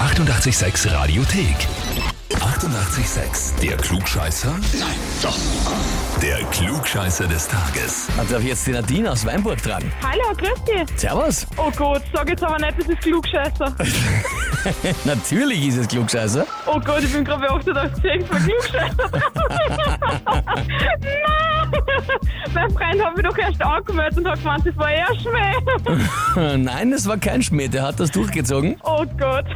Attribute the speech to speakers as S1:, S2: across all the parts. S1: 886 Radiothek. 88,6. Der Klugscheißer? Nein, doch. Der Klugscheißer des Tages.
S2: Dann darf ich jetzt die Nadine aus Weinburg dran.
S3: Hallo, grüß dich.
S2: Servus.
S3: Oh Gott, sag jetzt aber nicht, das ist Klugscheißer.
S2: Natürlich ist es Klugscheißer.
S3: Oh Gott, ich bin gerade bei 88 von Klugscheißer. Nein! Mein Freund hat mich doch erst angemeldet und hat gemeint, das war erst Schmäh.
S2: Nein, das war kein Schmäh, der hat das durchgezogen.
S3: Oh Gott.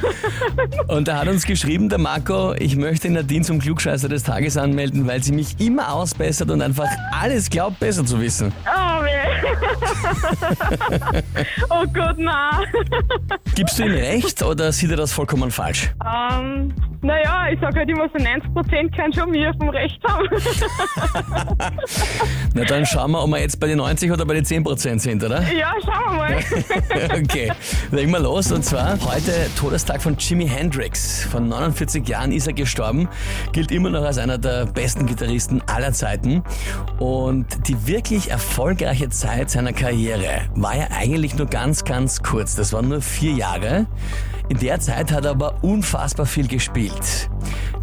S2: Und da hat uns geschrieben, der Marco, ich möchte Nadine zum Klugscheißer des Tages anmelden, weil sie mich immer ausbessert und einfach alles glaubt, besser zu wissen.
S3: Oh weh. Oh Gott, nein.
S2: Gibst du ihm recht oder sieht er das vollkommen falsch?
S3: Ähm, naja, ich sag halt immer, so 90% kann schon mir vom Recht haben.
S2: Na dann schauen wir, ob wir jetzt bei den 90 oder bei den 10% sind, oder?
S3: Ja, schauen wir mal.
S2: Okay, legen wir los. Und zwar heute Todestag von Jimi Hendrix. Von 49 Jahren ist er gestorben, gilt immer noch als einer der besten Gitarristen aller Zeiten. Und die wirklich erfolgreiche Zeit seiner Karriere war ja eigentlich nur ganz, ganz kurz. Das waren nur vier Jahre. In der Zeit hat er aber unfassbar viel gespielt.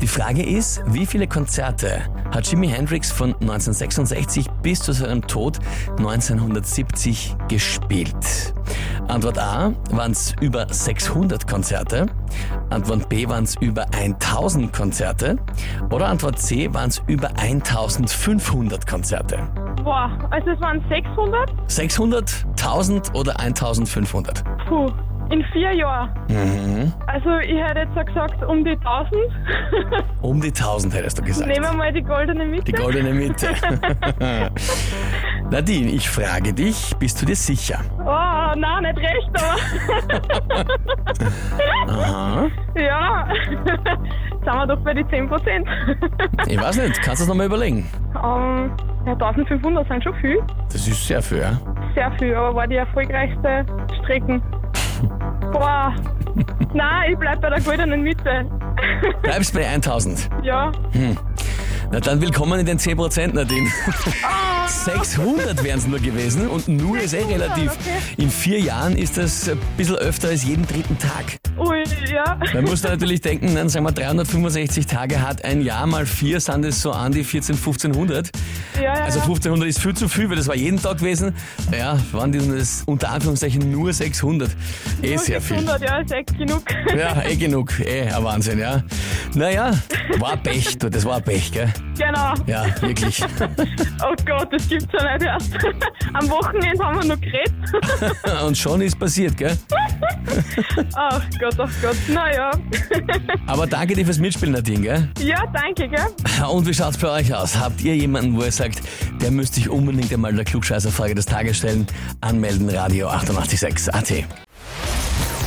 S2: Die Frage ist, wie viele Konzerte hat Jimi Hendrix von 1966 bis zu seinem Tod 1970 gespielt? Antwort A waren es über 600 Konzerte, Antwort B waren es über 1000 Konzerte oder Antwort C waren es über 1500 Konzerte.
S3: Boah, also es waren 600?
S2: 600, 1000 oder 1500?
S3: Puh, in vier Jahren.
S2: Mhm.
S3: Also ich hätte jetzt auch gesagt, um die 1000.
S2: Um die 1000 hättest du gesagt.
S3: Nehmen wir mal die goldene Mitte.
S2: Die goldene Mitte. Nadine, ich frage dich, bist du dir sicher?
S3: Oh, nein, nicht recht, aber
S2: Aha.
S3: ja. Jetzt sind wir doch bei die 10%.
S2: Ich weiß nicht, kannst du das nochmal überlegen?
S3: Ähm, ja, 1500 sind schon viel.
S2: Das ist sehr viel, ja?
S3: Sehr viel, aber war die erfolgreichste Strecken. Boah. Nein, ich bleib bei der goldenen Mitte.
S2: Bleibst bei 1000.
S3: Ja.
S2: Na dann willkommen in den 10%, Nadine. 600 wären es nur gewesen und nur ist eh relativ.
S3: Ah, okay.
S2: In vier Jahren ist das ein bisschen öfter als jeden dritten Tag.
S3: Ui, ja.
S2: Man muss da natürlich denken, dann sagen wir 365 Tage hat ein Jahr mal vier, sind es so an die 14, 1500.
S3: Ja, ja,
S2: Also
S3: ja.
S2: 1500 ist viel zu viel, weil das war jeden Tag gewesen. Ja, waren die das unter Anführungszeichen nur 600. Eh sehr viel.
S3: 600, ja, ist echt genug.
S2: Ja, eh genug. Eh ein Wahnsinn, ja. Naja, war Pech, du, das war Pech, gell?
S3: Genau.
S2: Ja, wirklich.
S3: Oh Gott, das gibt's ja nicht erst. Am Wochenende haben wir noch geredet.
S2: Und schon ist passiert, gell?
S3: Ach Gott, ach Gott. Naja.
S2: Aber danke dir fürs Mitspielen, Nadine, gell?
S3: Ja, danke, gell?
S2: Und wie schaut's bei euch aus? Habt ihr jemanden, wo ihr sagt, der müsste sich unbedingt einmal der Klugscheißerfrage des Tages stellen? Anmelden, Radio 886 AT.